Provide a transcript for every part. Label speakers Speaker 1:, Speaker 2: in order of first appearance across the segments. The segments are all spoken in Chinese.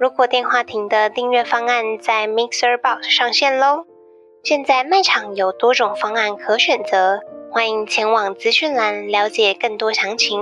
Speaker 1: 如果电话亭的订阅方案在 Mixer Box 上线喽。现在卖场有多种方案可选择，欢迎前往资讯栏了解更多详情。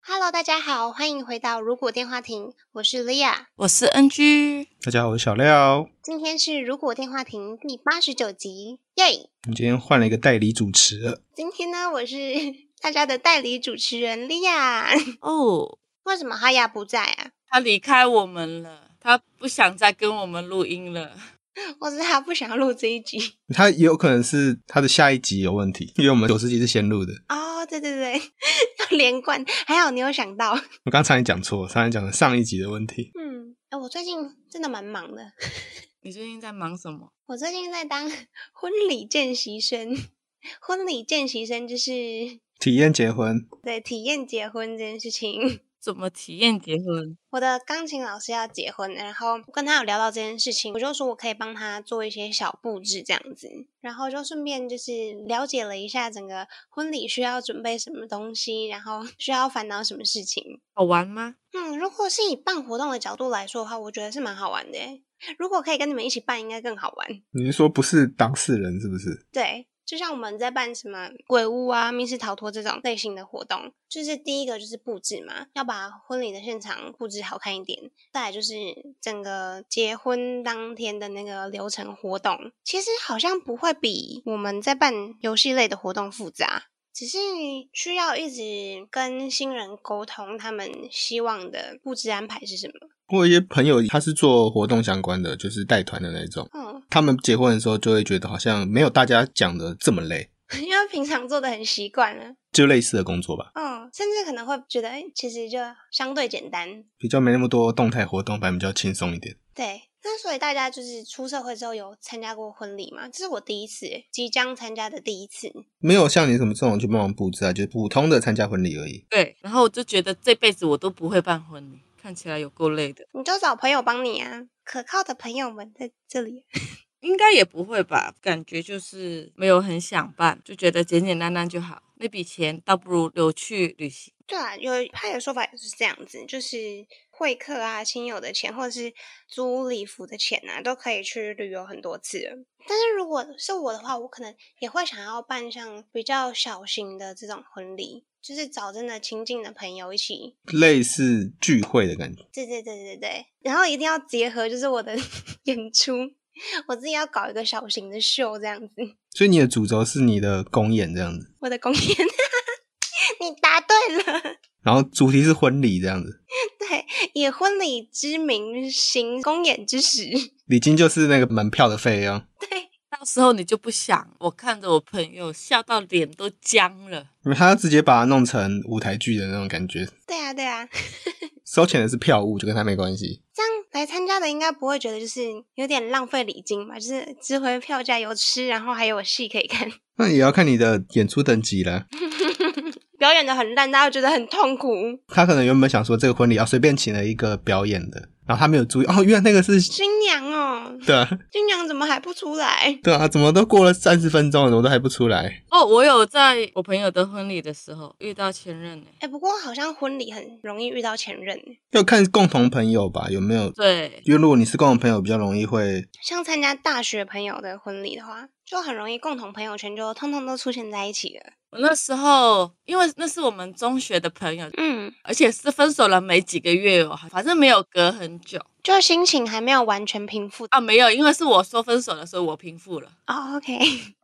Speaker 1: Hello，大家好，欢迎回到如果电话亭，我是 Lia。
Speaker 2: 我是 NG，
Speaker 3: 大家好，我是小廖。
Speaker 1: 今天是如果电话亭第八十九集，耶！
Speaker 3: 我们今天换了一个代理主持了，
Speaker 1: 今天呢，我是 大家的代理主持人 Lia。
Speaker 2: 哦，
Speaker 1: 为什么哈雅不在啊？
Speaker 2: 他离开我们了，他不想再跟我们录音了。
Speaker 1: 我知道他不想要录这一集。
Speaker 3: 他也有可能是他的下一集有问题，因为我们九十集是先录的。
Speaker 1: 哦，对对 对，要连贯，还好你有想到。
Speaker 3: 我刚才也讲错，差点讲了上一集的问题。
Speaker 1: 嗯，哎，我最近真的蛮忙的。
Speaker 2: 你最近在忙什么？
Speaker 1: 我最近在当 婚礼见习生，婚礼见习生就是
Speaker 3: 体验结婚，
Speaker 1: 对体验结婚这件事情。
Speaker 2: 怎么体验结婚？
Speaker 1: 我的钢琴老师要结婚，然后我跟他有聊到这件事情，我就说我可以帮他做一些小布置这样子，然后就顺便就是了解了一下整个婚礼需要准备什么东西，然后需要烦恼什么事情。
Speaker 2: 好玩吗？
Speaker 1: 嗯，如果是以办活动的角度来说的话，我觉得是蛮好玩的耶。如果可以跟你们一起办，应该更好玩。
Speaker 3: 你是说不是当事人是不是？
Speaker 1: 对，就像我们在办什么鬼屋啊、密室逃脱这种类型的活动，就是第一个就是布置嘛，要把婚礼的现场布置好看一点。再来就是整个结婚当天的那个流程活动，其实好像不会比我们在办游戏类的活动复杂。只是需要一直跟新人沟通，他们希望的布置安排是什么。
Speaker 3: 我有一些朋友他是做活动相关的，就是带团的那种。
Speaker 1: 嗯，
Speaker 3: 他们结婚的时候就会觉得好像没有大家讲的这么累，
Speaker 1: 因为平常做的很习惯了，
Speaker 3: 就类似的工作吧，
Speaker 1: 嗯，甚至可能会觉得，哎，其实就相对简单，
Speaker 3: 比较没那么多动态活动，反正比较轻松一点。
Speaker 1: 对。那所以大家就是出社会之后有参加过婚礼吗？这是我第一次耶，即将参加的第一次。
Speaker 3: 没有像你什么这种去帮忙布置啊，就是普通的参加婚礼而已。
Speaker 2: 对，然后我就觉得这辈子我都不会办婚礼，看起来有够累的，
Speaker 1: 你就找朋友帮你啊，可靠的朋友们在这里。
Speaker 2: 应该也不会吧？感觉就是没有很想办，就觉得简简单单就好。那笔钱倒不如留去旅行。
Speaker 1: 对啊，有派的说法也是这样子，就是会客啊、亲友的钱，或者是租礼服的钱啊，都可以去旅游很多次了。但是如果是我的话，我可能也会想要办像比较小型的这种婚礼，就是找真的亲近的朋友一起。
Speaker 3: 类似聚会的感觉，
Speaker 1: 对对对对对，然后一定要结合就是我的 演出，我自己要搞一个小型的秀这样子。
Speaker 3: 所以你的主轴是你的公演这样子，
Speaker 1: 我的公演， 你答对了。
Speaker 3: 然后主题是婚礼这样子。
Speaker 1: 对，以婚礼之名行公演之实。
Speaker 3: 礼金就是那个门票的费用。
Speaker 2: 到时候你就不想，我看着我朋友笑到脸都僵了。
Speaker 3: 因为他直接把它弄成舞台剧的那种感觉，
Speaker 1: 对啊，对啊，
Speaker 3: 收钱的是票务，就跟他没关系。
Speaker 1: 这样来参加的应该不会觉得就是有点浪费礼金吧？就是值回票价，有吃，然后还有戏可以看。
Speaker 3: 那也要看你的演出等级啦。
Speaker 1: 表演的很烂，大家会觉得很痛苦。
Speaker 3: 他可能原本想说这个婚礼要随便请了一个表演的，然后他没有注意，哦，原来那个是，
Speaker 1: 新娘哦，
Speaker 3: 对啊，
Speaker 1: 新娘怎么还不出来？
Speaker 3: 对啊，怎么都过了三十分钟了，怎么都还不出来？
Speaker 2: 哦，我有在我朋友的婚礼的时候遇到前任呢、欸
Speaker 1: 哎，不过好像婚礼很容易遇到前任，
Speaker 3: 要看共同朋友吧，有没有？
Speaker 2: 对，
Speaker 3: 因为如果你是共同朋友，比较容易会，
Speaker 1: 像参加大学朋友的婚礼的话，就很容易共同朋友圈就通通都出现在一起了。
Speaker 2: 我那时候因为那是我们中学的朋友，
Speaker 1: 嗯，
Speaker 2: 而且是分手了没几个月哦，反正没有隔很久
Speaker 1: 就心情还没有完全平复。
Speaker 2: 啊，没有，因为是我说分手的时候我平复了，
Speaker 1: 哦，OK，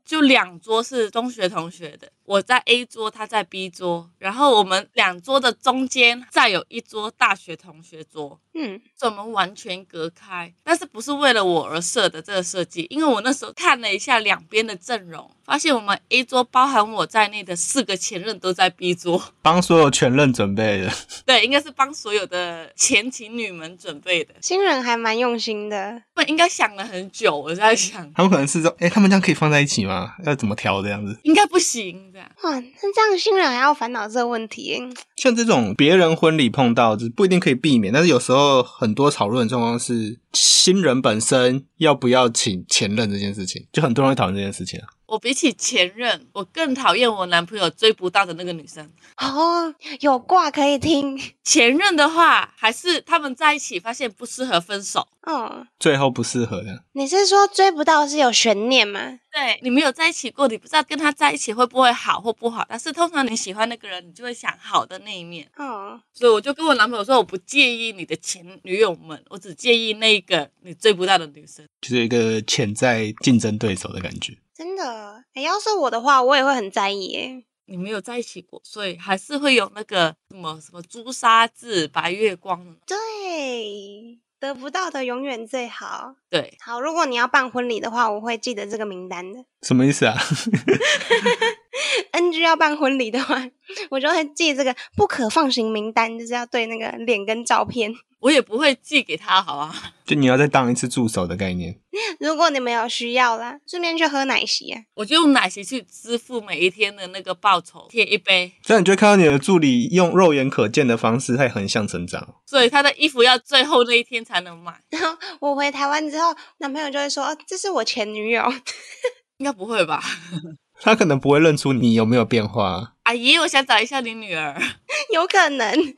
Speaker 2: 就两桌是中学同学的，我在 A 桌，他在 B 桌，然后我们两桌的中间再有一桌大学同学桌，
Speaker 1: 嗯，
Speaker 2: 所以我们完全隔开，但是不是为了我而设的这个设计，因为我那时候看了一下两边的阵容，发现我们 A 桌包含我在内的四个前任都在 B 桌，
Speaker 3: 帮所有前任准备的，
Speaker 2: 对，应该是帮所有的前情侣们准备的。
Speaker 1: 新人还蛮用心的，
Speaker 2: 他们应该想了很久，我在想，
Speaker 3: 他们可能是说，哎、他们这样可以放在一起吗？要怎么调这样子？
Speaker 2: 应该不行这样。
Speaker 1: 哇，那这样新人还要烦恼这个问题耶，
Speaker 3: 像这种别人婚礼碰到，就是不一定可以避免，但是有时候很多讨论的状况是新人本身要不要请前任这件事情，就很多人会讨论这件事情啊。
Speaker 2: 我比起前任，我更讨厌我男朋友追不到的那个女生。
Speaker 1: 哦，有卦可以听
Speaker 2: 前任的话，还是他们在一起发现不适合分手。
Speaker 1: 哦。
Speaker 3: 最后不适合的，
Speaker 1: 你是说追不到是有悬念吗？
Speaker 2: 对你没有在一起过，你不知道跟他在一起会不会好或不好。但是通常你喜欢那个人，你就会想好的那一面。
Speaker 1: 哦，
Speaker 2: 所以我就跟我男朋友说，我不介意你的前女友们，我只介意那个你追不到的女生。
Speaker 3: 就是一个潜在竞争对手的感觉。
Speaker 1: 真的，诶要是我的话，我也会很在意耶。
Speaker 2: 你没有在一起过，所以还是会有那个什么什么朱砂痣、白月光。
Speaker 1: 对，得不到的永远最好。
Speaker 2: 对，
Speaker 1: 好，如果你要办婚礼的话，我会记得这个名单的。
Speaker 3: 什么意思啊？
Speaker 1: NG 要办婚礼的话， 我就会记这个不可放行名单，就是要对那个脸跟照片。
Speaker 2: 我也不会寄给他，好吧？
Speaker 3: 就你要再当一次助手的概念。
Speaker 1: 如果你们有需要啦，顺便去喝奶昔啊。
Speaker 2: 我就用奶昔去支付每一天的那个报酬，贴一杯。
Speaker 3: 这样你就会看到你的助理用肉眼可见的方式在横向成长。
Speaker 2: 所以他的衣服要最后那一天才能买，
Speaker 1: 我回台湾之后，男朋友就会说：“哦，这是我前女友。
Speaker 2: 应该不会吧？
Speaker 3: 他可能不会认出你有没有变化啊、
Speaker 2: 阿姨，我想找一下你女儿。”
Speaker 1: 有可能。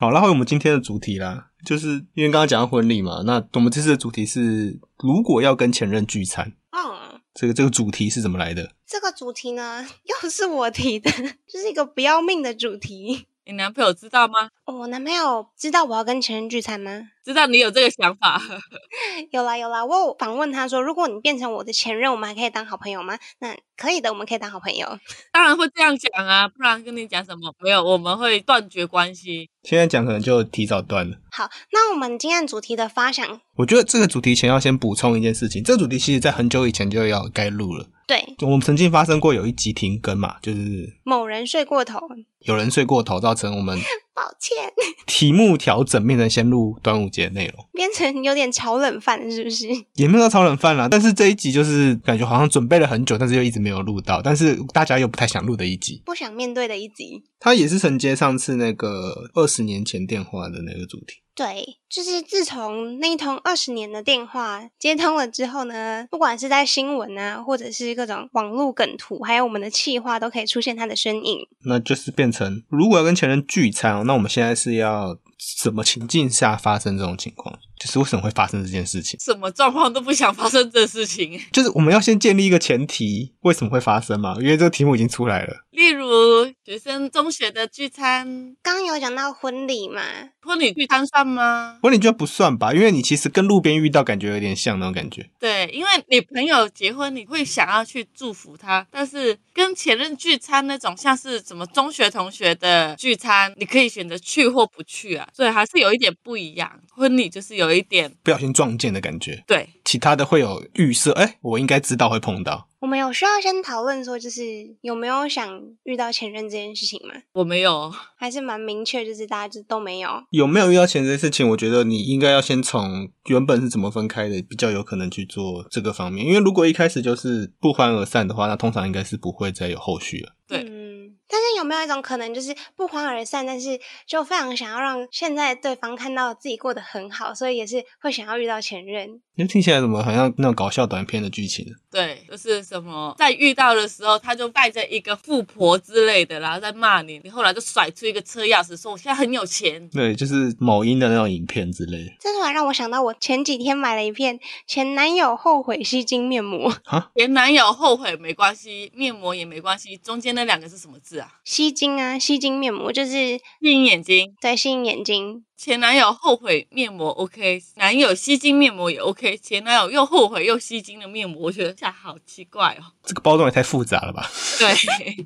Speaker 3: 好，那回我们今天的主题啦，就是因为刚刚讲到婚礼嘛，那我们这次的主题是如果要跟前任聚餐，
Speaker 1: 哦，
Speaker 3: 这个这个主题是怎么来的？
Speaker 1: 这个主题呢， 又是我提的， 就是一个不要命的主题。
Speaker 2: 你男朋友知道吗？
Speaker 1: 哦我男朋友知道我要跟前任聚餐吗？
Speaker 2: 知道你有这个想法，
Speaker 1: 有啦有啦，我有访问他说，如果你变成我的前任，我们还可以当好朋友吗？那可以的，我们可以当好朋友。
Speaker 2: 当然会这样讲啊，不然跟你讲什么？没有，我们会断绝关系。
Speaker 3: 现在讲可能就提早断了。
Speaker 1: 好，那我们今天主题的发想，
Speaker 3: 我觉得这个主题前要先补充一件事情，这个主题其实在很久以前就要该录了。
Speaker 1: 对
Speaker 3: 我们曾经发生过有一集停更嘛，就是
Speaker 1: 某人睡过头，
Speaker 3: 有人睡过头，造成我们
Speaker 1: 抱歉，
Speaker 3: 题目调整变成先录端午节的内容，
Speaker 1: 变成有点炒冷饭，是不是？
Speaker 3: 也没有到炒冷饭啦。但是这一集就是感觉好像准备了很久，但是又一直没有录到，但是大家又不太想录的一集。
Speaker 1: 不想面对的一集。
Speaker 3: 它也是承接上次那个二十年前电话的那个主题。
Speaker 1: 对，就是自从那一通二十年的电话接通了之后呢，不管是在新闻啊，或者是各种网络梗图，还有我们的气话，都可以出现他的身影。
Speaker 3: 那就是变成，如果要跟前任聚餐哦，那我们现在是要什么情境下发生这种情况？就是为什么会发生这件事情？
Speaker 2: 什么状况都不想发生这事情。
Speaker 3: 就是我们要先建立一个前提，为什么会发生嘛？因为这个题目已经出来了，
Speaker 2: 例如学生中学的聚餐，
Speaker 1: 刚刚有讲到婚礼嘛，
Speaker 2: 婚礼聚餐算吗？
Speaker 3: 婚礼就不算吧，因为你其实跟路边遇到感觉有点像那种感觉。
Speaker 2: 对，因为你朋友结婚，你会想要去祝福他，但是跟前任聚餐那种，像是什么中学同学的聚餐，你可以选择去或不去啊，所以还是有一点不一样。婚礼就是有一点
Speaker 3: 不小心撞见的感觉，
Speaker 2: 对，
Speaker 3: 其他的会有预设，哎、我应该知道会碰到。
Speaker 1: 我们有需要先讨论说，就是有没有想遇到前任这件事情吗？
Speaker 2: 我没有，
Speaker 1: 还是蛮明确，就是大家就都没有。
Speaker 3: 有没有遇到前任这件事情？我觉得你应该要先从原本是怎么分开的，比较有可能去做这个方面。因为如果一开始就是不欢而散的话，那通常应该是不会再有后续了。
Speaker 2: 对
Speaker 1: 嗯，但是有没有一种可能，就是不欢而散，但是就非常想要让现在对方看到自己过得很好，所以也是会想要遇到前任？
Speaker 3: 因为听起来怎么好像那种搞笑短片的剧情？
Speaker 2: 对，就是什么在遇到的时候，他就带着一个富婆之类的，然后在骂你，你后来就甩出一个车钥匙，说我现在很有钱，
Speaker 3: 对，就是某音的那种影片之类的
Speaker 1: 这突然让我想到，我前几天买了一片前男友后悔吸睛面膜，
Speaker 2: 前男友后悔没关系，面膜也没关系，中间那两个是什么字啊？事啊？
Speaker 1: 吸睛啊，吸睛面膜就是
Speaker 2: 吸引眼睛，
Speaker 1: 对吸引眼睛，
Speaker 2: 前男友后悔面膜 OK，男友吸睛面膜也 OK，前男友又后悔又吸睛的面膜，我觉得这样好奇怪哦。
Speaker 3: 这个包装也太复杂了吧？
Speaker 2: 对，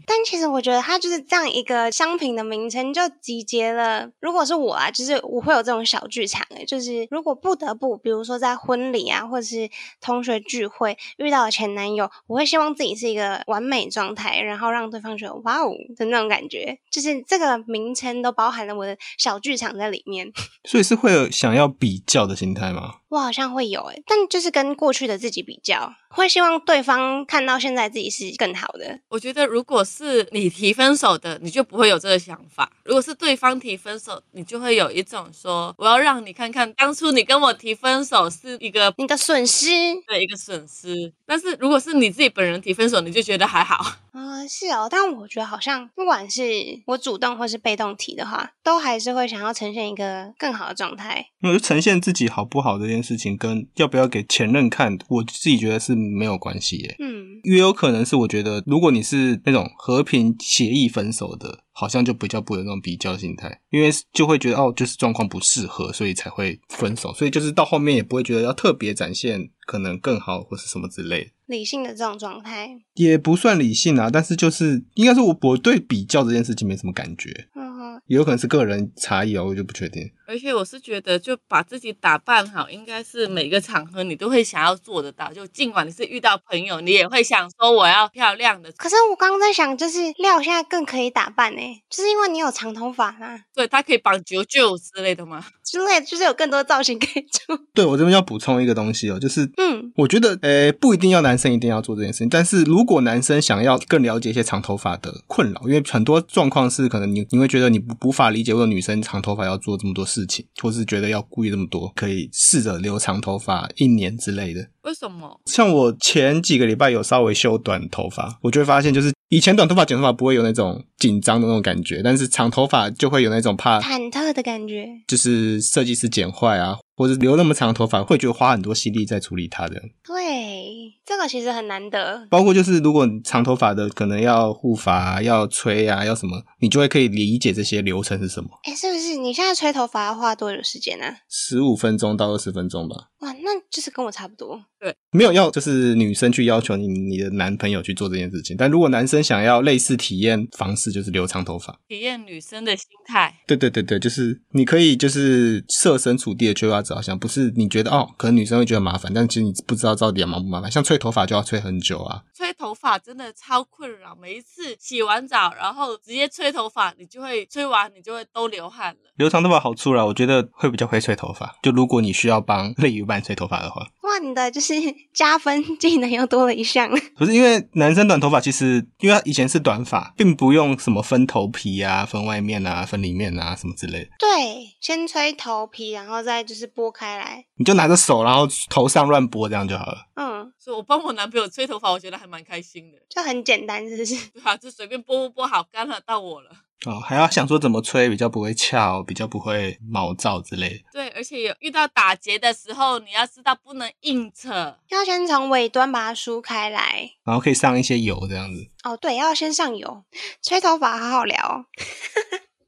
Speaker 1: 但其实我觉得它就是这样一个商品的名称，就集结了。如果是我啊，就是我会有这种小剧场、欸，就是如果不得不，比如说在婚礼啊，或者是同学聚会遇到了前男友，我会希望自己是一个完美状态，然后让对方觉得哇哦的那种感觉，就是这个名称都包含了我的小剧场在里面。
Speaker 3: 所以是会有想要比较的心态吗？
Speaker 1: 我好像会有诶、但就是跟过去的自己比较，会希望对方看到现在自己是更好的。
Speaker 2: 我觉得如果是你提分手的，你就不会有这个想法；如果是对方提分手，你就会有一种说我要让你看看，当初你跟我提分手是一个
Speaker 1: 你的损失
Speaker 2: 的一个损失。但是如果是你自己本人提分手，你就觉得还好。
Speaker 1: 啊、是哦，但我觉得好像不管是我主动或是被动提的话，都还是会想要呈现一个更好的状态。
Speaker 3: 因为呈现自己好不好这件事情，跟要不要给前任看，我自己觉得是没有关系耶。
Speaker 1: 嗯，
Speaker 3: 也有可能是我觉得，如果你是那种和平协议分手的，好像就比较不会有那种比较心态，因为就会觉得哦，就是状况不适合，所以才会分手，所以就是到后面也不会觉得要特别展现可能更好或是什么之类的。
Speaker 1: 理性的这种状态，
Speaker 3: 也不算理性啊，但是就是应该说我我对比较这件事情没什么感觉，
Speaker 1: 嗯哼，
Speaker 3: 也有可能是个人差异啊，我就不确定。
Speaker 2: 而且我是觉得，就把自己打扮好，应该是每个场合你都会想要做得到。就尽管你是遇到朋友，你也会想说我要漂亮的。
Speaker 1: 可是我刚刚在想，就是廖现在更可以打扮呢、就是因为你有长头发嘛
Speaker 2: 对，他可以绑九九之类的吗？
Speaker 1: 之类的，就是有更多造型可以做。
Speaker 3: 对我这边要补充一个东西哦，就是
Speaker 1: 嗯，
Speaker 3: 我觉得，呃、不一定要男生一定要做这件事情，但是如果男生想要更了解一些长头发的困扰，因为很多状况是可能你你会觉得你不无法理解为什么女生长头发要做这么多事情，或是觉得要故意这么多，可以试着留长头发一年之类的。
Speaker 2: 为什么？
Speaker 3: 像我前几个礼拜有稍微修短头发，我就会发现，就是以前短头发剪头发不会有那种紧张的那种感觉，但是长头发就会有那种怕
Speaker 1: 忐忑的感觉，
Speaker 3: 就是设计师剪坏啊，或者留那么长的头发，会觉得花很多心力在处理它的。
Speaker 1: 对，这个其实很难得。
Speaker 3: 包括就是如果你长头发的可能要护发啊、要吹啊、要什么，你就会可以理解这些流程是什么，
Speaker 1: 哎，是不是你现在吹头发要花多久时间呢、啊？
Speaker 3: 十五分钟到二十分钟吧。
Speaker 1: 哇，那就是跟我差不多。
Speaker 3: 没有要就是女生去要求你你的男朋友去做这件事情，但如果男生想要类似体验方式，就是留长头发。
Speaker 2: 体验女生的心态。
Speaker 3: 对对对对，就是你可以就是设身处地的去为她着想，不是你觉得哦，可能女生会觉得麻烦，但其实你不知道到底麻不麻烦。像吹头发就要吹很久啊，
Speaker 2: 吹头发真的超困扰，每一次洗完澡，然后直接吹头发，你就会吹完你就会都流汗了。
Speaker 3: 留长头发好处啦，我觉得会比较会吹头发。就如果你需要帮 另一半吹头发的话，
Speaker 1: 哇，你的就是 加分技能又多了一项。
Speaker 3: 不是因为男生短头发其实因为他以前是短发，并不用什么分头皮啊、分外面啊、分里面啊什么之类的，
Speaker 1: 对，先吹头皮，然后再就是拨开来。
Speaker 3: 你就拿着手，然后头上乱拨这样就好了。
Speaker 1: 嗯，
Speaker 2: 所以我帮我男朋友吹头发，我觉得还蛮开心的。
Speaker 1: 就很简单，是不是？
Speaker 2: 对啊，就随便拨拨拨，好干了，到我了。
Speaker 3: 哦，还要想说怎么吹比较不会翘，比较不会毛躁之类的。
Speaker 2: 对，而且有遇到打结的时候，你要知道不能硬扯。
Speaker 1: 要先从尾端把它梳开来。
Speaker 3: 然后可以上一些油这样子。
Speaker 1: 哦，对，要先上油。吹头发好好聊 哦，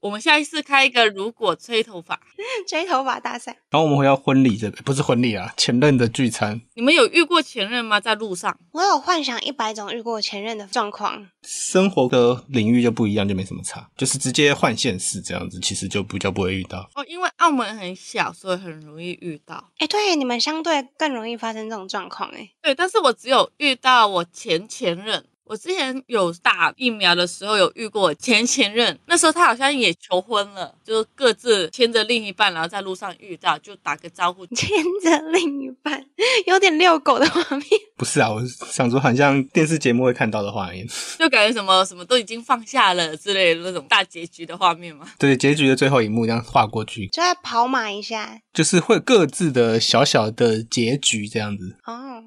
Speaker 2: 我们下一次开一个，如果吹头发，
Speaker 1: 吹头发大赛。
Speaker 3: 然后我们回到婚礼这边，不是婚礼啊，前任的聚餐
Speaker 2: 你们有遇过前任吗？在路上，
Speaker 1: 我有幻想一百种遇过前任的状况，
Speaker 3: 生活的领域就不一样，就没什么差，就是直接换现实这样子，其实就比较不会遇到。
Speaker 2: 哦，因为澳门很小，所以很容易遇到。
Speaker 1: 哎，对，你们相对更容易发生这种状况，哎，
Speaker 2: 对，但是我只有遇到我前前任。我之前有打疫苗的时候有遇过我前前任，那时候他好像也求婚了，就各自牵着另一半，然后在路上遇到，就打个招呼。
Speaker 1: 牵着另一半，有点遛狗的画面。
Speaker 3: 不是啊，我想说很像电视节目会看到的画面。
Speaker 2: 就感觉什么什么都已经放下了之类的那种大结局的画面嘛。
Speaker 3: 对，结局的最后一幕这样画过去，
Speaker 1: 就在跑马一下。
Speaker 3: 就是会各自的小小的结局这样子。
Speaker 1: 哦，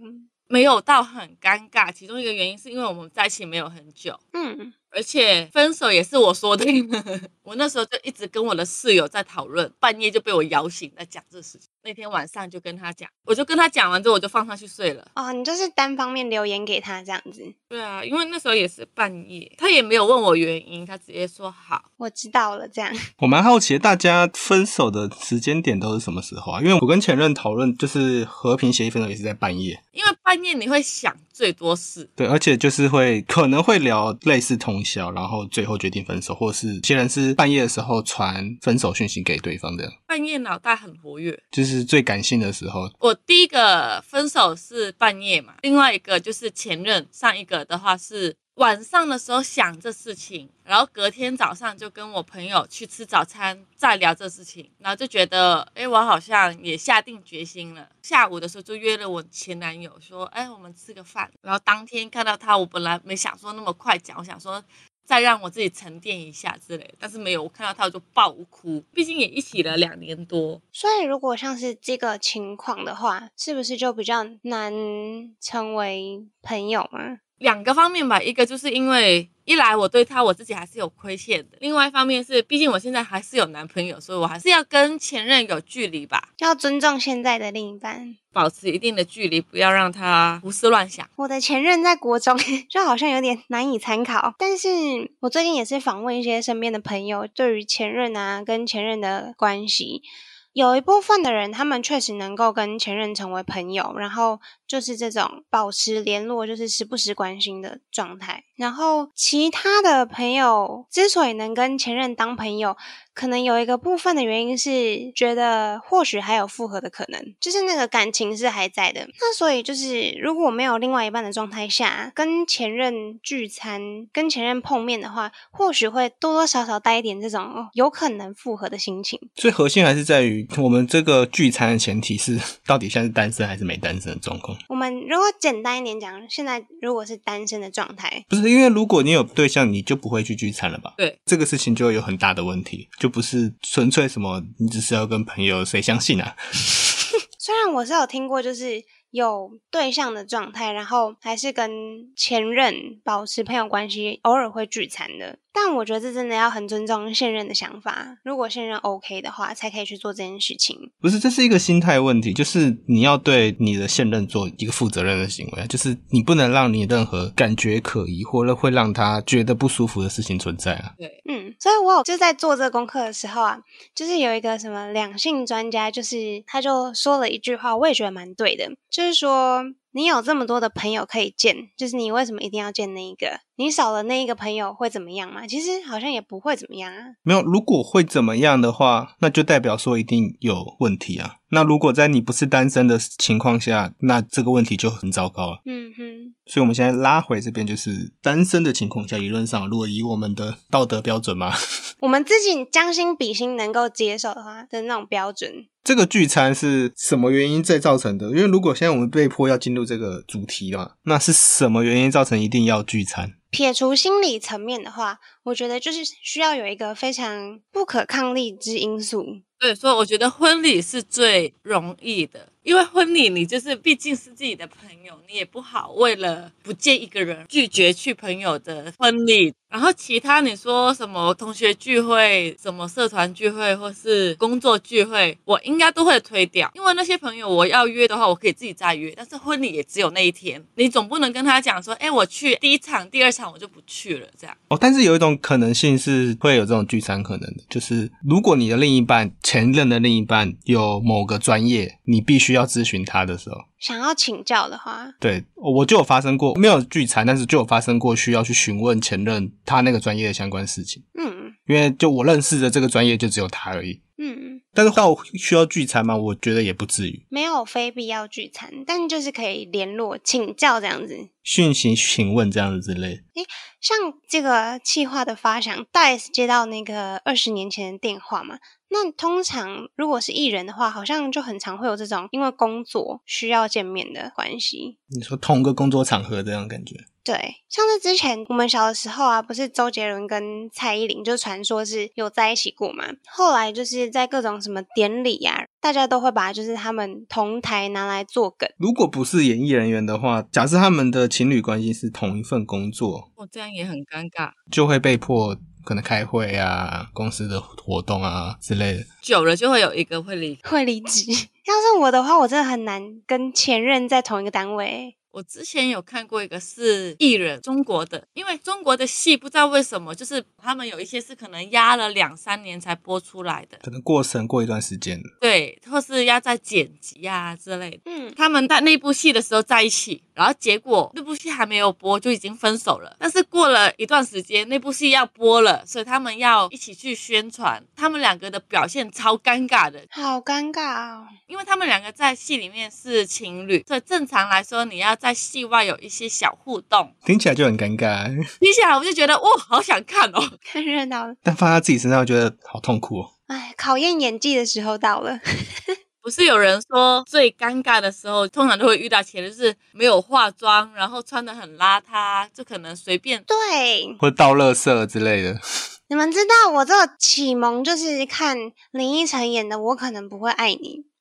Speaker 2: 没有到很尴尬，其中一个原因是因为我们在一起没有很久，
Speaker 1: 嗯，
Speaker 2: 而且分手也是我说的， 我那时候就一直跟我的室友在讨论，半夜就被我摇醒在讲这事情。那天晚上就跟他讲，我就跟他讲完之后，我就放他去睡了。
Speaker 1: 哦，你就是单方面留言给他这样子，
Speaker 2: 对啊，因为那时候也是半夜，他也没有问我原因，他直接说好。
Speaker 1: 我知道了这样。
Speaker 3: 我蛮好奇的大家分手的时间点都是什么时候啊？因为我跟前任讨论，就是和平协议分手也是在半夜，
Speaker 2: 因为半夜你会想最多事，
Speaker 3: 对，而且就是会可能会聊类似通宵，然后最后决定分手，或是有些人是半夜的时候传分手讯息给对方的，
Speaker 2: 半夜脑袋很活跃。
Speaker 3: 就是最感性的时候。
Speaker 2: 我第一个分手是半夜嘛，另外一个就是前任，上一个的话是晚上的时候想这事情，然后隔天早上就跟我朋友去吃早餐，再聊这事情，然后就觉得，哎，我好像也下定决心了。下午的时候就约了我前男友说，哎，我们吃个饭。然后当天看到他，我本来没想说那么快讲，我想说再让我自己沉淀一下之类的，但是没有，我看到他我就爆哭，毕竟也一起了两年多，
Speaker 1: 所以如果像是这个情况的话，是不是就比较难成为朋友嘛？
Speaker 2: 两个方面吧，一个就是因为一来我对他我自己还是有亏欠的，另外一方面是，毕竟我现在还是有男朋友，所以我还是要跟前任有距离吧，
Speaker 1: 要尊重现在的另一半。
Speaker 2: 保持一定的距离，不要让他胡思乱想。
Speaker 1: 我的前任在国中 就好像有点难以参考，但是我最近也是访问一些身边的朋友，对于前任啊跟前任的关系，有一部分的人他们确实能够跟前任成为朋友，然后就是这种保持联络，就是时不时关心的状态。然后其他的朋友之所以能跟前任当朋友，可能有一个部分的原因是觉得或许还有复合的可能，就是那个感情是还在的。那所以就是如果没有另外一半的状态下，跟前任聚餐、跟前任碰面的话，或许会多多少少带一点这种、哦、有可能复合的心情。
Speaker 3: 最核心还是在于我们这个聚餐的前提是 到底现在是单身还是没单身的状况。
Speaker 1: 我们如果简单一点讲，现在如果是单身的状态，
Speaker 3: 不是因为如果你有对象，你就不会去聚餐了吧？
Speaker 2: 对，
Speaker 3: 这个事情就有很大的问题，就不是纯粹什么你只是要跟朋友，谁相信啊？
Speaker 1: 虽然我是有听过，就是有对象的状态，然后还是跟前任保持朋友关系，偶尔会聚餐的。但我觉得这真的要很尊重现任的想法，如果现任 OK 的话，才可以去做这件事情。
Speaker 3: 不是，这是一个心态问题，就是你要对你的现任做一个负责任的行为啊，就是你不能让你任何感觉可疑或者会让他觉得不舒服的事情存在啊。
Speaker 2: 对，
Speaker 1: 嗯，所以我有就在做这个功课的时候啊，就是有一个什么两性专家，就是他就说了一句话，我也觉得蛮对的，就是说你有这么多的朋友可以见，就是你为什么一定要见那一个？你少了那一个朋友会怎么样嘛？其实好像也不会怎么样啊。
Speaker 3: 没有，如果会怎么样的话，那就代表说一定有问题啊。那如果在你不是单身的情况下，那这个问题就很糟糕了。
Speaker 1: 嗯哼，
Speaker 3: 所以我们现在拉回这边，就是单身的情况下，理论上如果以我们的道德标准嘛，
Speaker 1: 我们自己将心比心，能够接受的话的那种标准，
Speaker 3: 这个聚餐是什么原因再造成的？因为如果现在我们被迫要进入这个主题嘛，那是什么原因造成一定要聚餐？
Speaker 1: 撇除心理层面的话，我觉得就是需要有一个非常不可抗力之因素。
Speaker 2: 对，所以我觉得婚礼是最容易的，因为婚礼你就是毕竟是自己的朋友，你也不好为了不见一个人拒绝去朋友的婚礼。然后其他你说什么同学聚会、什么社团聚会或是工作聚会，我应该都会推掉，因为那些朋友我要约的话，我可以自己再约，但是婚礼也只有那一天，你总不能跟他讲说，哎，我去第一场、第二场我就不去了这样。
Speaker 3: 哦，但是有一种可能性是会有这种聚餐可能的，就是如果你的另一半、前任的另一半有某个专业，你必须要咨询他的时候，
Speaker 1: 想要请教的话，
Speaker 3: 对我就有发生过，没有聚餐，但是就有发生过需要去询问前任他那个专业的相关事情，
Speaker 1: 嗯
Speaker 3: 因为就我认识的这个专业就只有他而已。
Speaker 1: 嗯，
Speaker 3: 但是到需要聚餐吗？我觉得也不至于。
Speaker 1: 没有非必要聚餐，但就是可以联络请教这样子。
Speaker 3: 讯息询问这样子之类，
Speaker 1: 像这个企划的发想，戴斯接到那个二十年前的电话嘛，那通常如果是艺人的话，好像就很常会有这种因为工作需要见面的关系。
Speaker 3: 你说同个工作场合这样感觉，
Speaker 1: 对，像是之前我们小的时候啊，不是周杰伦跟蔡依林就传说是有在一起过嘛？后来就是在各种什么典礼呀、大家都会把就是他们同台拿来做梗。
Speaker 3: 如果不是演艺人员的话，假设他们的情侣关系是同一份工作，
Speaker 2: 我哦这样也很尴尬。
Speaker 3: 就会被迫可能开会啊、公司的活动啊之类的。
Speaker 2: 久了就会有一个会离。
Speaker 1: 会离职。要是我的话，我真的很难跟前任在同一个单位。欸
Speaker 2: 我之前有看过一个是艺人，中国的，因为中国的戏不知道为什么，就是他们有一些是可能压了两三年才播出来的，
Speaker 3: 可能过审过一段时间了，
Speaker 2: 对，或是压在剪辑啊之类的。
Speaker 1: 嗯，
Speaker 2: 他们在那部戏的时候在一起，然后结果那部戏还没有播就已经分手了。但是过了一段时间，那部戏要播了，所以他们要一起去宣传。他们两个的表现超尴尬的，
Speaker 1: 好尴尬哦。
Speaker 2: 因为他们两个在戏里面是情侣，所以正常来说你要在戏外有一些小互动。
Speaker 3: 听起来就很尴尬。
Speaker 2: 听起来我就觉得哇，好想看哦。
Speaker 1: 看热闹了。
Speaker 3: 但放在自己身上，觉得好痛苦哦。
Speaker 1: 哎，考验演技的时候到了。
Speaker 2: 不是有人说最尴尬的时候，通常都会遇到前任，就是没有化妆，然后穿的很邋遢，就可能随便
Speaker 1: 对，
Speaker 3: 或者倒垃圾之类的，
Speaker 1: 你们知道我这个启蒙就是看林依晨演的《我可能不会爱你》。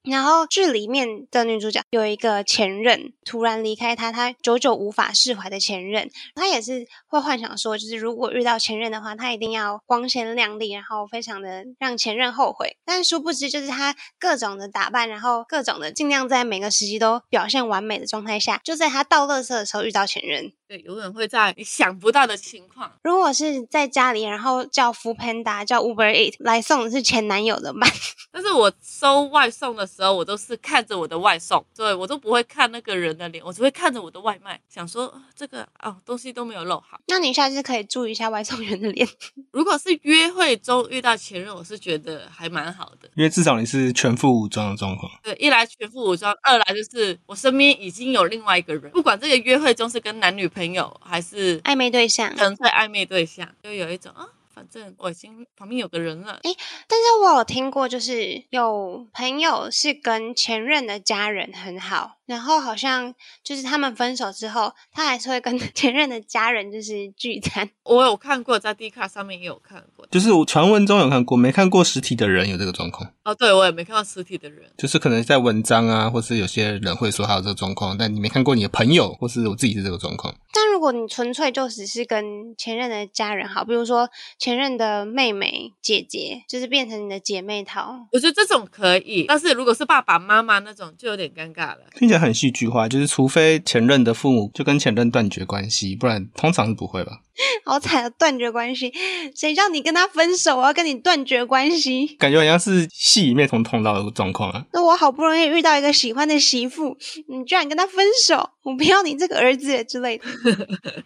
Speaker 1: 然后剧里面的女主角有一个前任突然离开她，她久久无法释怀的前任，她也是会幻想说，就是如果遇到前任的话，她一定要光鲜亮丽，然后非常的让前任后悔。但殊不知，就是她各种的打扮，然后各种的尽量在每个时期都表现完美的状态下，就在她倒垃圾的时候遇到前任。
Speaker 2: 对，永远会在你想不到的情况。
Speaker 1: 如果是在家里，然后叫 f o o Panda、叫 Uber Eat 来送的是前男友的吧？
Speaker 2: 但是我收外送的时候，我都是看着我的外送，对我都不会看那个人的脸，我只会看着我的外卖，想说啊这个哦东西都没有漏好。
Speaker 1: 那你下次可以注意一下外送员的脸。
Speaker 2: 如果是约会中遇到前任，我是觉得还蛮好的。
Speaker 3: 因为至少你是全副武装的状况。
Speaker 2: 对，一来全副武装，二来就是我身边已经有另外一个人，不管这个约会中是跟男女朋友还是
Speaker 1: 暧昧对象，
Speaker 2: 纯粹暧昧对象，就有一种啊，反正我已经旁边有个人了。
Speaker 1: 但是我有听过，就是有朋友是跟前任的家人很好，然后好像就是他们分手之后，他还是会跟前任的家人就是聚餐。
Speaker 2: 我有看过，在 D 卡上面也有看过。
Speaker 3: 就是我传闻中有看过，没看过实体的人有这个状况，
Speaker 2: 哦，对我也没看到实体的人。
Speaker 3: 就是可能在文章啊，或是有些人会说他有这个状况，但你没看过你的朋友，或是我自己是这个状况。
Speaker 1: 但如果你纯粹就只是跟前任的家人好，比如说前任的妹妹、姐姐，就是变成你的姐妹淘，
Speaker 2: 我觉得这种可以，但是如果是爸爸妈妈那种，就有点尴尬了。
Speaker 3: 听起来很戏剧化，就是除非前任的父母就跟前任断绝关系，不然通常是不会吧？
Speaker 1: 好惨的断绝关系，谁让你跟他分手，我要跟你断绝关系。
Speaker 3: 感觉好像是戏里面从碰到的状况啊。
Speaker 1: 那我好不容易遇到一个喜欢的媳妇，你居然跟他分手，我不要你这个儿子之类的。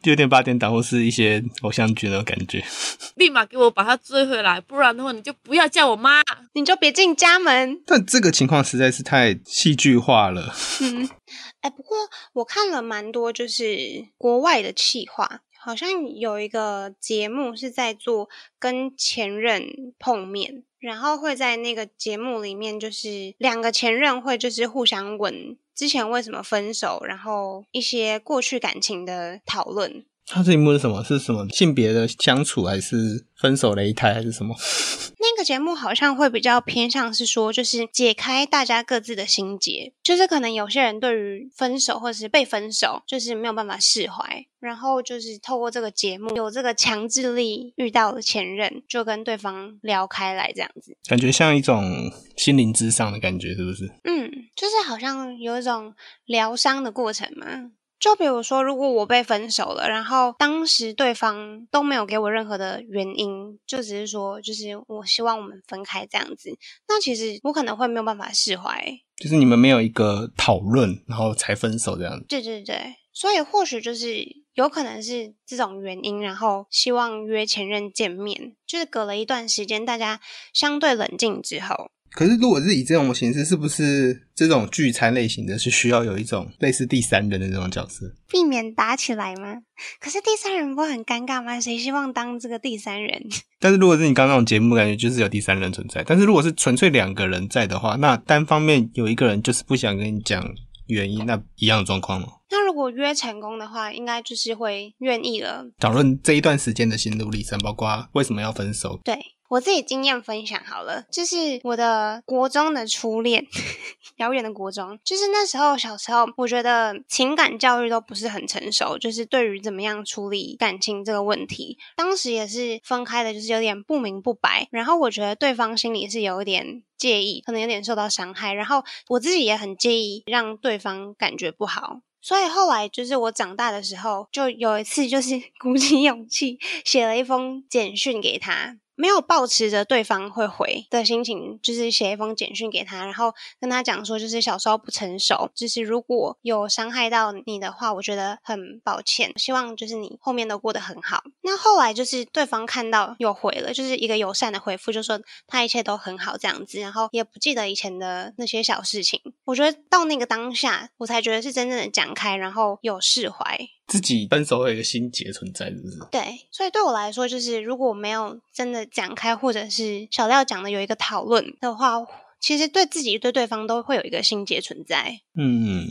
Speaker 3: 就有点八点档或是一些偶像剧那种感觉。
Speaker 2: 立马给我把他追回来，不然的话你就不要叫我妈。
Speaker 1: 你就别进家门。
Speaker 3: 但这个情况实在是太戏剧化了。
Speaker 1: 嗯，哎，不过我看了蛮多，就是国外的企划，好像有一个节目是在做跟前任碰面，然后会在那个节目里面，就是两个前任会就是互相问之前为什么分手，然后一些过去感情的讨论。
Speaker 3: 他这一幕是什么？是什么性别的相处，还是分手擂台，还是什么？
Speaker 1: 那个节目好像会比较偏向是说，就是解开大家各自的心结，就是可能有些人对于分手或者是被分手，就是没有办法释怀，然后就是透过这个节目有这个强制力，遇到了前任就跟对方聊开来这样子。
Speaker 3: 感觉像一种心灵之上的感觉，是不是？
Speaker 1: 嗯，就是好像有一种疗伤的过程嘛。就比如说，如果我被分手了，然后当时对方都没有给我任何的原因，就只是说，就是我希望我们分开这样子，那其实我可能会没有办法释怀。
Speaker 3: 就是你们没有一个讨论，然后才分手这样。
Speaker 1: 对对对，所以或许就是有可能是这种原因，然后希望约前任见面，就是隔了一段时间，大家相对冷静之后，
Speaker 3: 可是如果是以这种形式，是不是这种聚餐类型的是需要有一种类似第三人的那种角色？
Speaker 1: 避免打起来吗？可是第三人不会很尴尬吗？谁希望当这个第三人？
Speaker 3: 但是如果是你刚刚那种节目，感觉就是有第三人存在。但是如果是纯粹两个人在的话，那单方面有一个人就是不想跟你讲原因，那一样的状况吗？
Speaker 1: 那如果约成功的话，应该就是会愿意了。
Speaker 3: 讨论这一段时间的心路历程，包括为什么要分手，
Speaker 1: 对我自己经验分享好了，就是我的国中的初恋， 遥远的国中，就是那时候小时候，我觉得情感教育都不是很成熟，就是对于怎么样处理感情这个问题，当时也是分开的，就是有点不明不白，然后我觉得对方心里是有一点。介意，可能有点受到伤害，然后我自己也很介意让对方感觉不好，所以后来就是我长大的时候，就有一次就是 鼓起勇气写了一封简讯给他，没有抱持着对方会回的心情，就是写一封简讯给他，然后跟他讲说，就是小时候不成熟，就是如果有伤害到你的话，我觉得很抱歉，希望就是你后面都过得很好。那后来就是对方看到有回了，就是一个友善的回复，就说他一切都很好这样子，然后也不记得以前的那些小事情。我觉得到那个当下，我才觉得是真正的讲开，然后有释怀。
Speaker 3: 自己分手会有一个心结存在，是不是？
Speaker 1: 对，所以对我来说，就是如果我没有真的讲开，或者是小廖讲的有一个讨论的话，其实对自己对对方都会有一个心结存在。
Speaker 3: 嗯，嗯，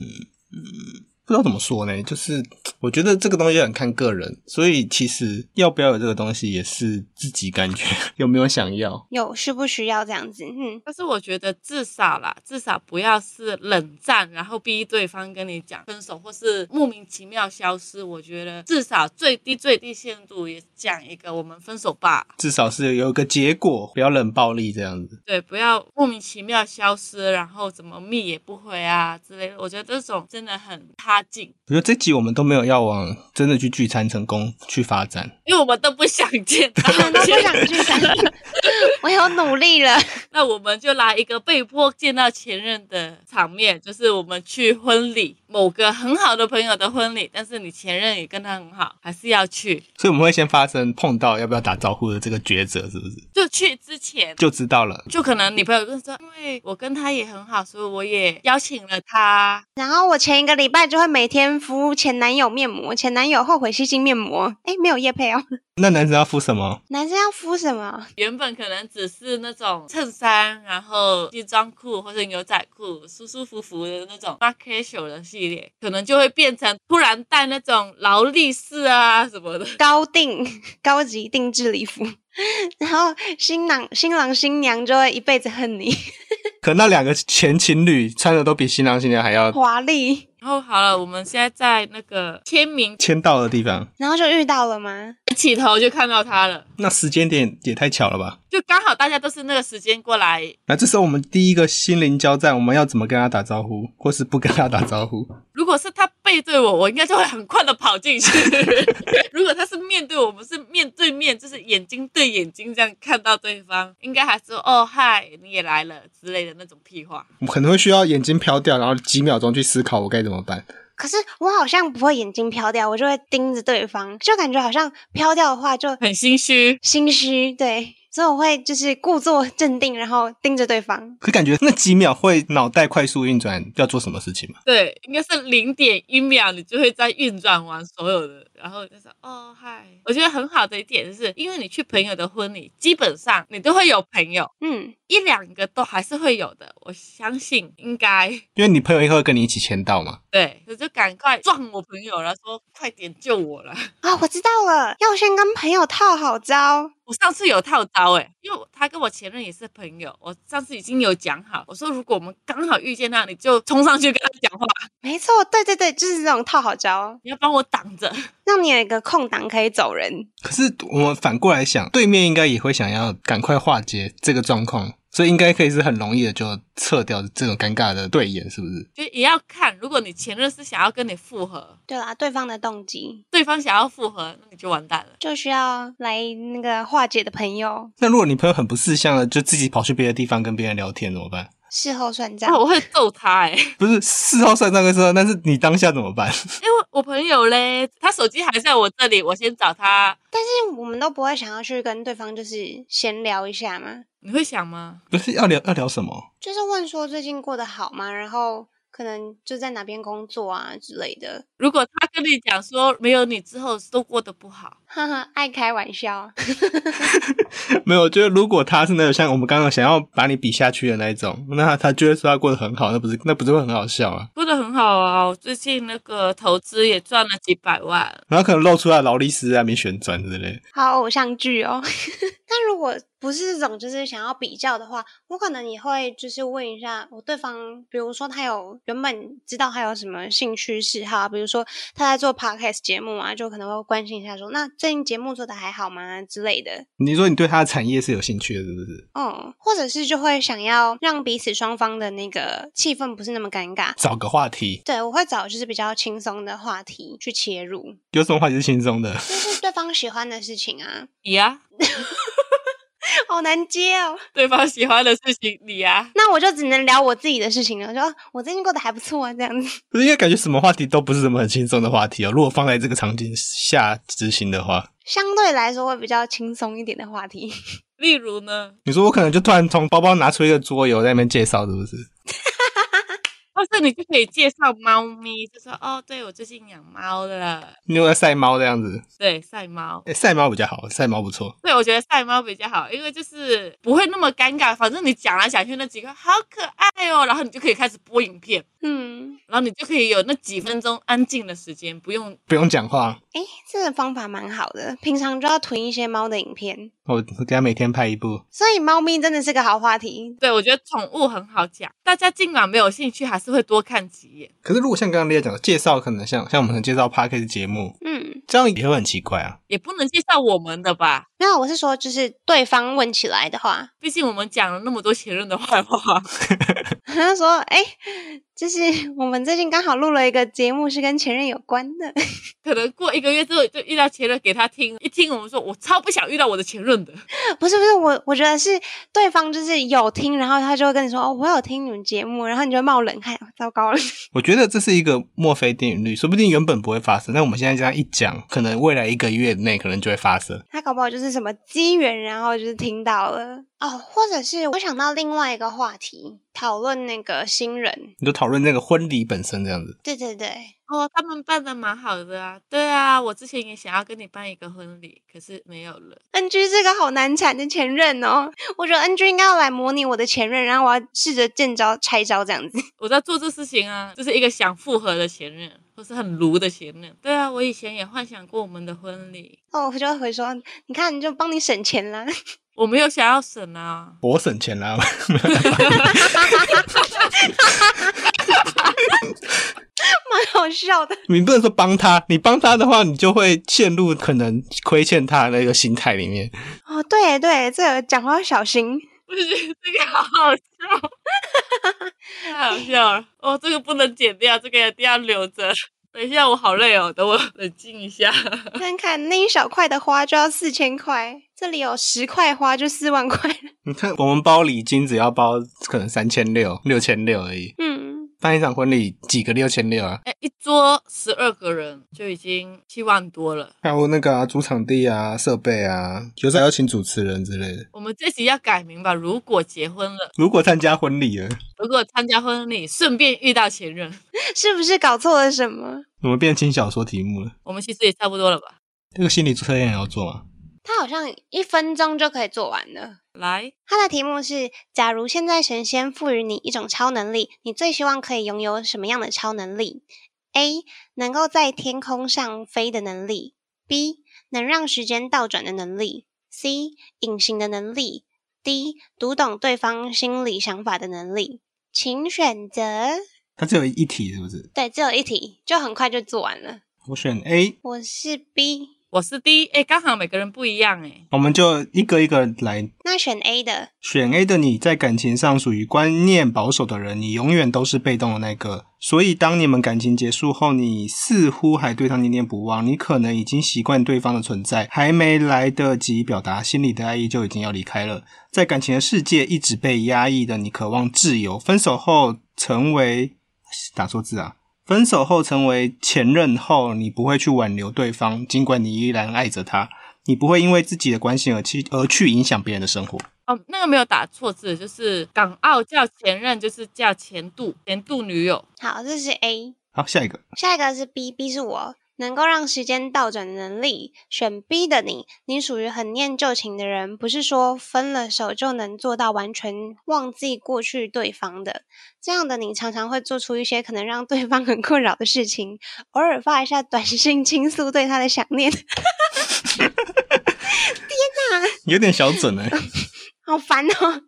Speaker 3: 不知道怎么说呢，就是我觉得这个东西很看个人，所以其实要不要有这个东西也是自己感觉 有没有想要。
Speaker 1: 有需不需要这样子？嗯，
Speaker 2: 但是我觉得至少啦，至少不要是冷战，然后逼对方跟你讲分手，或是莫名其妙消失。我觉得至少最低最低限度也讲一个我们分手吧，
Speaker 3: 至少是有一个结果，不要冷暴力这样子。
Speaker 2: 对，不要莫名其妙消失，然后怎么密也不回啊之类的。我觉得这种真的很差劲，
Speaker 3: 我觉得这集我们都没有要往真的去聚餐成功去发展。
Speaker 2: 因为我们都不想见到
Speaker 1: 我都不想去想， 我有努力了。
Speaker 2: 那我们就来一个被迫见到前任的场面，就是我们去婚礼，某个很好的朋友的婚礼，但是你前任也跟他很好，还是要去。
Speaker 3: 所以我们会先发生碰到要不要打招呼的这个抉择，是不是？
Speaker 2: 就去之前，
Speaker 3: 就知道了。
Speaker 2: 就可能你朋友就说，因为我跟他也很好，所以我也邀请了他。
Speaker 1: 然后我前一个礼拜就会每天敷前男友面膜，前男友后悔吸性面膜。哎，没有叶配哦。
Speaker 3: 那男生要敷什么？
Speaker 1: 男生要敷什么？
Speaker 2: 原本可能只是那种衬衫，然后西装裤或者牛仔裤，舒舒服服的那种 m a r c a s u a l 的系列，可能就会变成突然带那种劳力士啊什么的。
Speaker 1: 高定高级定制礼服， 然后新郎新郎新娘就会一辈子恨你，
Speaker 3: 可那两个前情侣穿的都比新郎新娘还要
Speaker 1: 华丽。
Speaker 2: 然后好了，我们现在在那个签名
Speaker 3: 签到的地方，
Speaker 1: 然后就遇到了吗？
Speaker 2: 起头就看到他了，
Speaker 3: 那时间点也太巧了吧？
Speaker 2: 就刚好大家都是那个时间过来，
Speaker 3: 那这时候我们第一个心灵交战，我们要怎么跟他打招呼，或是不跟他打招呼？
Speaker 2: 如果是他背对我，我应该就会很快的跑进去； 如果他是面对我我们，是面对面，就是眼睛对眼睛这样看到对方，应该还是哦嗨，你也来了之类的那种屁话。
Speaker 3: 我们可能会需要眼睛飘掉，然后几秒钟去思考我该怎么办。
Speaker 1: 可是我好像不会眼睛飘掉，我就会盯着对方，就感觉好像飘掉的话就
Speaker 2: 很心虚，
Speaker 1: 心虚，对，所以我会就是故作镇定，然后盯着对方。
Speaker 3: 可感觉那几秒会脑袋快速运转，要做什么事情吗？
Speaker 2: 对，应该是零点一秒，你就会在运转完所有的，然后就是哦嗨。我觉得很好的一点是，因为你去朋友的婚礼，基本上你都会有朋友，
Speaker 1: 嗯，
Speaker 2: 一两个都还是会有的，我相信应该
Speaker 3: 因为你朋友也会跟你一起签到嘛。
Speaker 2: 对，我就赶快撞我朋友了，说快点救我了。
Speaker 1: 啊、我知道了，要先跟朋友套好招。
Speaker 2: 我上次有套招哎、因为我他跟我前任也是朋友，我上次已经有讲好，我说如果我们刚好遇见他，你就冲上去跟他讲话，
Speaker 1: 没错，对对对，就是这种套好招，
Speaker 2: 你要帮我挡着。
Speaker 1: 让你有一个空档可以走人。
Speaker 3: 可是我们反过来想，对面应该也会想要赶快化解这个状况，所以应该可以是很容易的就撤掉这种尴尬的对眼，是不是？
Speaker 2: 就也要看，如果你前任是想要跟你复合，
Speaker 1: 对啦，对方的动机
Speaker 2: 对方想要复合，那你就完蛋了。
Speaker 1: 就需要来那个化解的朋友
Speaker 3: 那如果你朋友很不识相的，就自己跑去别的地方跟别人聊天怎么办？
Speaker 1: 事后算账。
Speaker 2: 然后我会揍他哎、
Speaker 3: 不是事后算账归事后，但是你当下怎么办？
Speaker 2: 因为我朋友嘞，他手机还在我这里，我先找他。
Speaker 1: 但是我们都不会想要去跟对方就是闲聊一下嘛，
Speaker 2: 你会想吗？
Speaker 3: 不是要聊要聊什么？
Speaker 1: 就是问说最近过得好吗？然后可能就在哪边工作啊之类的，
Speaker 2: 如果他跟你讲说没有你之后都过得不好，
Speaker 1: 哈哈，爱开玩笑。
Speaker 3: 没有，就是如果他是那种像我们刚刚想要把你比下去的那一种，那他就会说他过得很好，那不是那不是会很好笑啊？
Speaker 2: 过得很好啊！我最近那个投资也赚了几百万，
Speaker 3: 然后可能露出来劳力士在那边旋转之类的。
Speaker 1: 好偶像剧哦。 但如果不是这种，就是想要比较的话，我可能也会就是问一下我对方，比如说他有原本知道他有什么兴趣嗜好啊，比如说他在做 podcast 节目啊，就可能会关心一下说，那最近节目做的还好吗之类的。
Speaker 3: 你说你对他的产业是有兴趣的，是不是？
Speaker 1: 哦，或者是就会想要让彼此双方的那个气氛不是那么尴尬。
Speaker 3: 找个话题，
Speaker 1: 对，我会找就是比较轻松的话题去切入，
Speaker 3: 有什么话题是轻松的？
Speaker 1: 就是对方喜欢的事情啊，
Speaker 2: 你呀、
Speaker 1: 好难接哦。
Speaker 2: 对方喜欢的事情，你呀、
Speaker 1: 那我就只能聊我自己的事情了，就哦我最近过得还不错啊，这样子。
Speaker 3: 不是因为感觉什么话题都不是什么很轻松的话题哦。如果放在这个场景下执行的话，
Speaker 1: 相对来说会比较轻松一点的话题，
Speaker 2: 例如呢，
Speaker 3: 你说我可能就突然从包包拿出一个桌游在那边介绍，是不是？
Speaker 2: 或是你就可以介绍猫咪，就说哦，对我最近养猫了，
Speaker 3: 你有在晒猫这样子？
Speaker 2: 对，晒猫。
Speaker 3: 哎、晒猫比较好，晒猫不错。
Speaker 2: 对，我觉得晒猫比较好，因为就是不会那么尴尬。反正你讲来讲去那几个好可爱哦，然后你就可以开始播影片，
Speaker 1: 嗯，
Speaker 2: 然后你就可以有那几分钟安静的时间，不用
Speaker 3: 不用讲话，
Speaker 1: 诶，这个方法蛮好的，平常就要囤一些猫的影片，
Speaker 3: 我给他每天拍一部。
Speaker 1: 所以猫咪真的是个好话题。
Speaker 2: 对，我觉得宠物很好讲，大家尽管没有兴趣，还是会多看几眼。
Speaker 3: 可是如果像刚刚烈讲的介绍，可能像像我们可能介绍 p a r k 节目，
Speaker 1: 嗯，
Speaker 3: 这样也会很奇怪啊。
Speaker 2: 也不能介绍我们的吧，
Speaker 1: 没有，我是说，就是对方问起来的话，
Speaker 2: 毕竟我们讲了那么多前任的坏话。
Speaker 1: 他说，诶，就是我们最近刚好录了一个节目，是跟前任有关的。
Speaker 2: 可能过一个月之后就遇到前任给他听，一听我们说，我超不想遇到我的前任的。
Speaker 1: 不是不是，我我觉得是对方就是有听，然后他就会跟你说，哦，我有听你们节目，然后你就会冒冷汗，哦糟糕了。
Speaker 3: 我觉得这是一个墨菲定律，说不定原本不会发生，但我们现在这样一讲，可能未来一个月内可能就会发生。
Speaker 1: 他搞不好就是什么机缘，然后就是听到了哦，或者是我想到另外一个话题，讨论那个新人，
Speaker 3: 你就讨论那个婚礼本身这样子，
Speaker 1: 对对对，
Speaker 2: 哦，他们办的蛮好的啊。对啊，我之前也想要跟你办一个婚礼，可是没有了。
Speaker 1: NG 这个好难缠的前任哦，我觉得 NG 应该要来模拟我的前任，然后我要试着见招拆招这样子。
Speaker 2: 我在做这事情啊，就是一个想复合的前任，或是很卢的前任。对啊，我以前也幻想过我们的婚礼，
Speaker 1: 哦，我就会回说，你看，你就帮你省钱啦，
Speaker 2: 我没有想要省啊。
Speaker 3: 我省钱啦。
Speaker 1: 蛮好笑的。
Speaker 3: 你不能说帮他，你帮他的话，你就会陷入可能亏欠他的那个心态里面。
Speaker 1: 哦，对对，这个讲话要小心。
Speaker 2: 我就觉得这 个好好笑， 太好笑了。哦，这个不能剪掉，这个一定要留着。等一下，我好累哦，等我 冷静一下。
Speaker 1: 看看那一小块的花就要四千块，这里有十块花就四万块。
Speaker 3: 你看，我们包礼金只要包可能三千六、六千六而已，
Speaker 1: 嗯，
Speaker 3: 办一场婚礼几个六千六啊？
Speaker 2: 哎，一桌十二个人就已经七万多了。
Speaker 3: 还有那个啊，主场地啊、设备啊，有时候还要请主持人之类的。
Speaker 2: 我们这集要改名吧？如果结婚了，
Speaker 3: 如果参加婚礼了，
Speaker 2: 如果参加婚礼，顺便遇到前任，
Speaker 1: 是不是搞错了什么？
Speaker 3: 我们变轻小说题目了。
Speaker 2: 我们其实也差不多了吧？
Speaker 3: 这个心理测验也要做吗？
Speaker 1: 他好像一分钟就可以做完了。
Speaker 2: 来，
Speaker 1: 他的题目是：假如现在神仙赋予你一种超能力，你最希望可以拥有什么样的超能力？A. 能够在天空上飞的能力；B. 能让时间倒转的能力；C. 隐形的能力；D. 读懂对方心理想法的能力。请选择。
Speaker 3: 它只有一题是不是？
Speaker 1: 对，只有一题，就很快就做完了。
Speaker 3: 我选 A，
Speaker 1: 我是 B，
Speaker 2: 我是 D，哎，刚好每个人不一样哎。
Speaker 3: 我们就一个一个来
Speaker 1: 那选 A 的
Speaker 3: 选 A 的你在感情上属于观念保守的人，你永远都是被动的那个。所以，当你们感情结束后，你似乎还对他念念不忘，你可能已经习惯对方的存在，还没来得及表达心里的爱意，就已经要离开了。在感情的世界一直被压抑的你，渴望自由。分手后成为打错字啊！分手后成为前任后，你不会去挽留对方，尽管你依然爱着他，你不会因为自己的关心而去而去影响别人的生活。
Speaker 2: 哦，那个没有打错字，就是港澳叫前任，就是叫前度前度女友。
Speaker 1: 好，这是 A。
Speaker 3: 好，下一个，
Speaker 1: 下一个是 B，B 是我能够让时间倒转的能力。选 B 的你，你属于很念旧情的人，不是说分了手就能做到完全忘记过去对方的。这样的你常常会做出一些可能让对方很困扰的事情，偶尔发一下短信倾诉对他的想念，
Speaker 3: 有点小准哎、
Speaker 1: 好烦哦。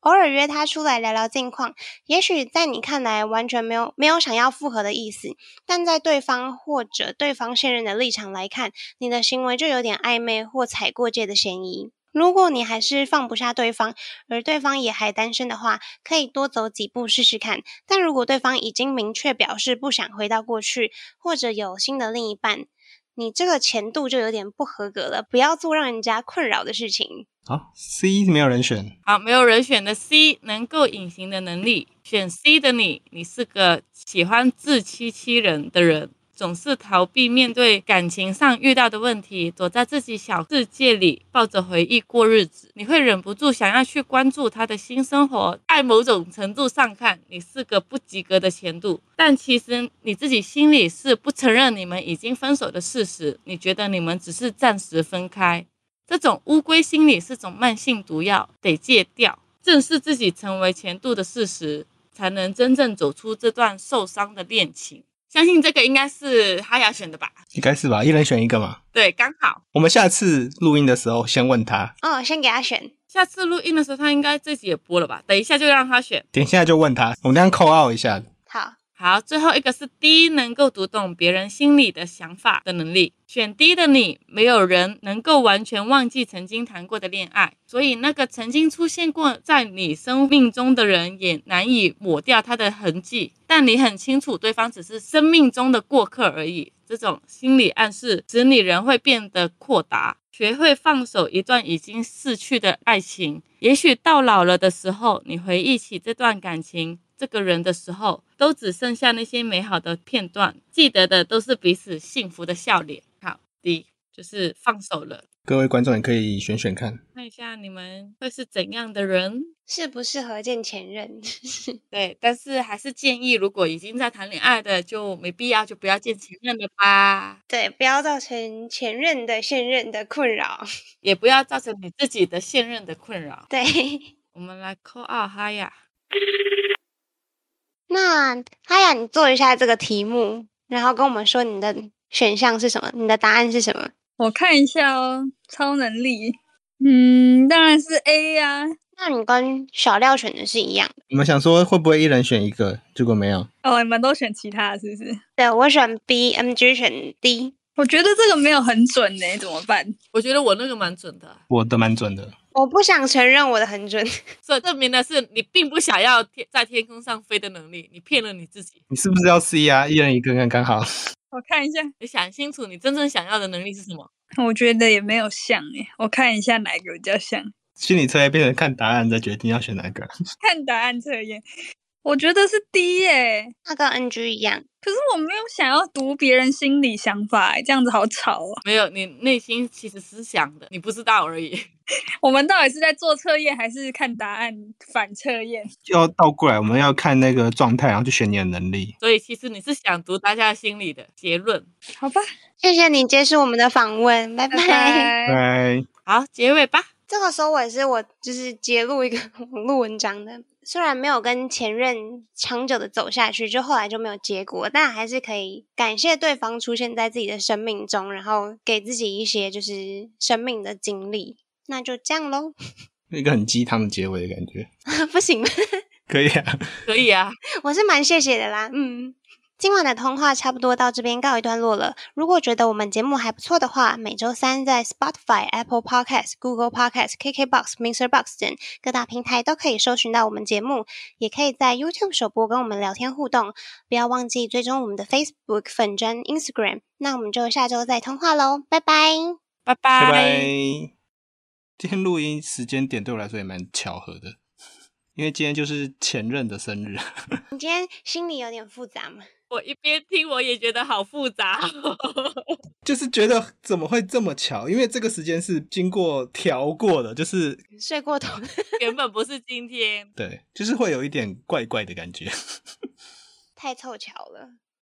Speaker 1: 偶尔约他出来聊聊近况，也许在你看来完全没有没有想要复合的意思，但在对方或者对方现任的立场来看，你的行为就有点暧昧或踩过界的嫌疑。如果你还是放不下对方，而对方也还单身的话，可以多走几步试试看。但如果对方已经明确表示不想回到过去，或者有新的另一半，你这个前度就有点不合格了。不要做让人家困扰的事情。
Speaker 3: 好，C 没有人选，
Speaker 2: 好，没有人选的 C 能够隐形的能力。选 C 的你，你是个喜欢自欺欺人的人，总是逃避面对感情上遇到的问题，躲在自己小世界里，抱着回忆过日子。你会忍不住想要去关注他的新生活。在某种程度上看，你是个不及格的前度，但其实你自己心里是不承认你们已经分手的事实。你觉得你们只是暂时分开，这种乌龟心理是种慢性毒药，得戒掉。正视自己成为前度的事实，才能真正走出这段受伤的恋情。相信这个应该是哈雅选的吧？
Speaker 3: 应该是吧？一人选一个嘛。
Speaker 2: 对，刚好。
Speaker 3: 我们下次录音的时候先问他，
Speaker 1: 哦，先给他选。
Speaker 2: 下次录音的时候，他应该这集也播了吧？等一下就让他选。
Speaker 3: 等一下就问他，我们这样扣二一下。
Speaker 1: 好，
Speaker 2: 好，最后一个是 D，能够读懂别人心里的想法的能力。选 D 的你，没有人能够完全忘记曾经谈过的恋爱，所以那个曾经出现过在你生命中的人，也难以抹掉他的痕迹。但你很清楚，对方只是生命中的过客而已。这种心理暗示使你人会变得豁达，学会放手一段已经逝去的爱情。也许到老了的时候，你回忆起这段感情、这个人的时候，都只剩下那些美好的片段，记得的都是彼此幸福的笑脸。好，D 就是放手了。
Speaker 3: 各位观众也可以选选看。
Speaker 2: 看一下你们会是怎样的人？
Speaker 1: 适不适合见前任？
Speaker 2: 对，但是还是建议，如果已经在谈恋爱的，就没必要，就不要见前任了吧，
Speaker 1: 对，不要造成前任的、现任的困扰。
Speaker 2: 也不要造成你自己的现任的困扰。
Speaker 1: 对，
Speaker 2: 我们来扣二哈呀。
Speaker 1: 那哈雅，你做一下这个题目，然后跟我们说你的选项是什么，你的答案是什么？
Speaker 4: 我看一下哦，超能力，嗯，当然是 A 啊呀、
Speaker 1: 那你跟小廖选的是一样的。
Speaker 3: 我们想说会不会一人选一个，结果没有。
Speaker 4: 哦，你们都选其他的是不是？
Speaker 1: 对我选 B，MG 选 D。
Speaker 4: 我觉得这个没有很准呢、怎么办？
Speaker 2: 我觉得我那个蛮准的，
Speaker 3: 我的蛮准的，
Speaker 1: 我不想承认我的很准，
Speaker 2: 所以证明的是你并不想要天在天空上飞的能力，你骗了你自己。
Speaker 3: 你是不是要 C 啊？一人一个刚刚好。
Speaker 4: 我看一下，
Speaker 2: 你想清楚，你真正想要的能力是什么？
Speaker 4: 我觉得也没有像诶、我看一下哪一个比较像。
Speaker 3: 心理测验变成看答案再决定要选哪个。
Speaker 4: 看答案测验，我觉得是 D 耶、
Speaker 1: 那跟 NG 一样。
Speaker 4: 可是我没有想要读别人心里想法、欸，这样子好吵啊！
Speaker 2: 没有，你内心其实是想的，你不知道而已。
Speaker 4: 我们到底是在做测验，还是看答案反测验？
Speaker 3: 要倒过来，我们要看那个状态，然后去选你的能力。
Speaker 2: 所以其实你是想读大家心里的结论。
Speaker 4: 好吧，
Speaker 1: 谢谢你接受我们的访问，拜
Speaker 4: 拜
Speaker 1: 拜。
Speaker 4: 拜。
Speaker 3: 对，
Speaker 2: 好，结尾吧。
Speaker 1: 这个收尾是我就是揭露一个 网络文章的，虽然没有跟前任长久的走下去，就后来就没有结果，但还是可以感谢对方出现在自己的生命中，然后给自己一些就是生命的经历。那就这样喽，
Speaker 3: 一个很鸡汤的结尾的感觉。
Speaker 1: 不行吗？
Speaker 3: 可以啊，
Speaker 2: 可以啊，
Speaker 1: 我是蛮谢谢的啦，嗯。今晚的通话差不多到这边告一段落了。如果觉得我们节目还不错的话，每周三在 Spotify、Apple Podcast、Google Podcast、KKBox、Mixer Box 等各大平台都可以搜寻到我们节目，也可以在 YouTube 首播跟我们聊天互动。不要忘记追踪我们的 Facebook 粉专、Instagram。那我们就下周再通话喽，拜拜。
Speaker 2: 拜
Speaker 3: 拜拜。今天录音时间点对我来说也蛮巧合的，因为今天就是前任的生日，
Speaker 1: 你今天心里有点复杂吗？
Speaker 2: 我一边听我也觉得好复杂、哦，
Speaker 3: 就是觉得怎么会这么巧？因为这个时间是经过调过的，就是
Speaker 1: 睡过头，
Speaker 2: 原本不是今天。
Speaker 3: 对，就是会有一点怪怪的感觉。
Speaker 1: 太凑巧了。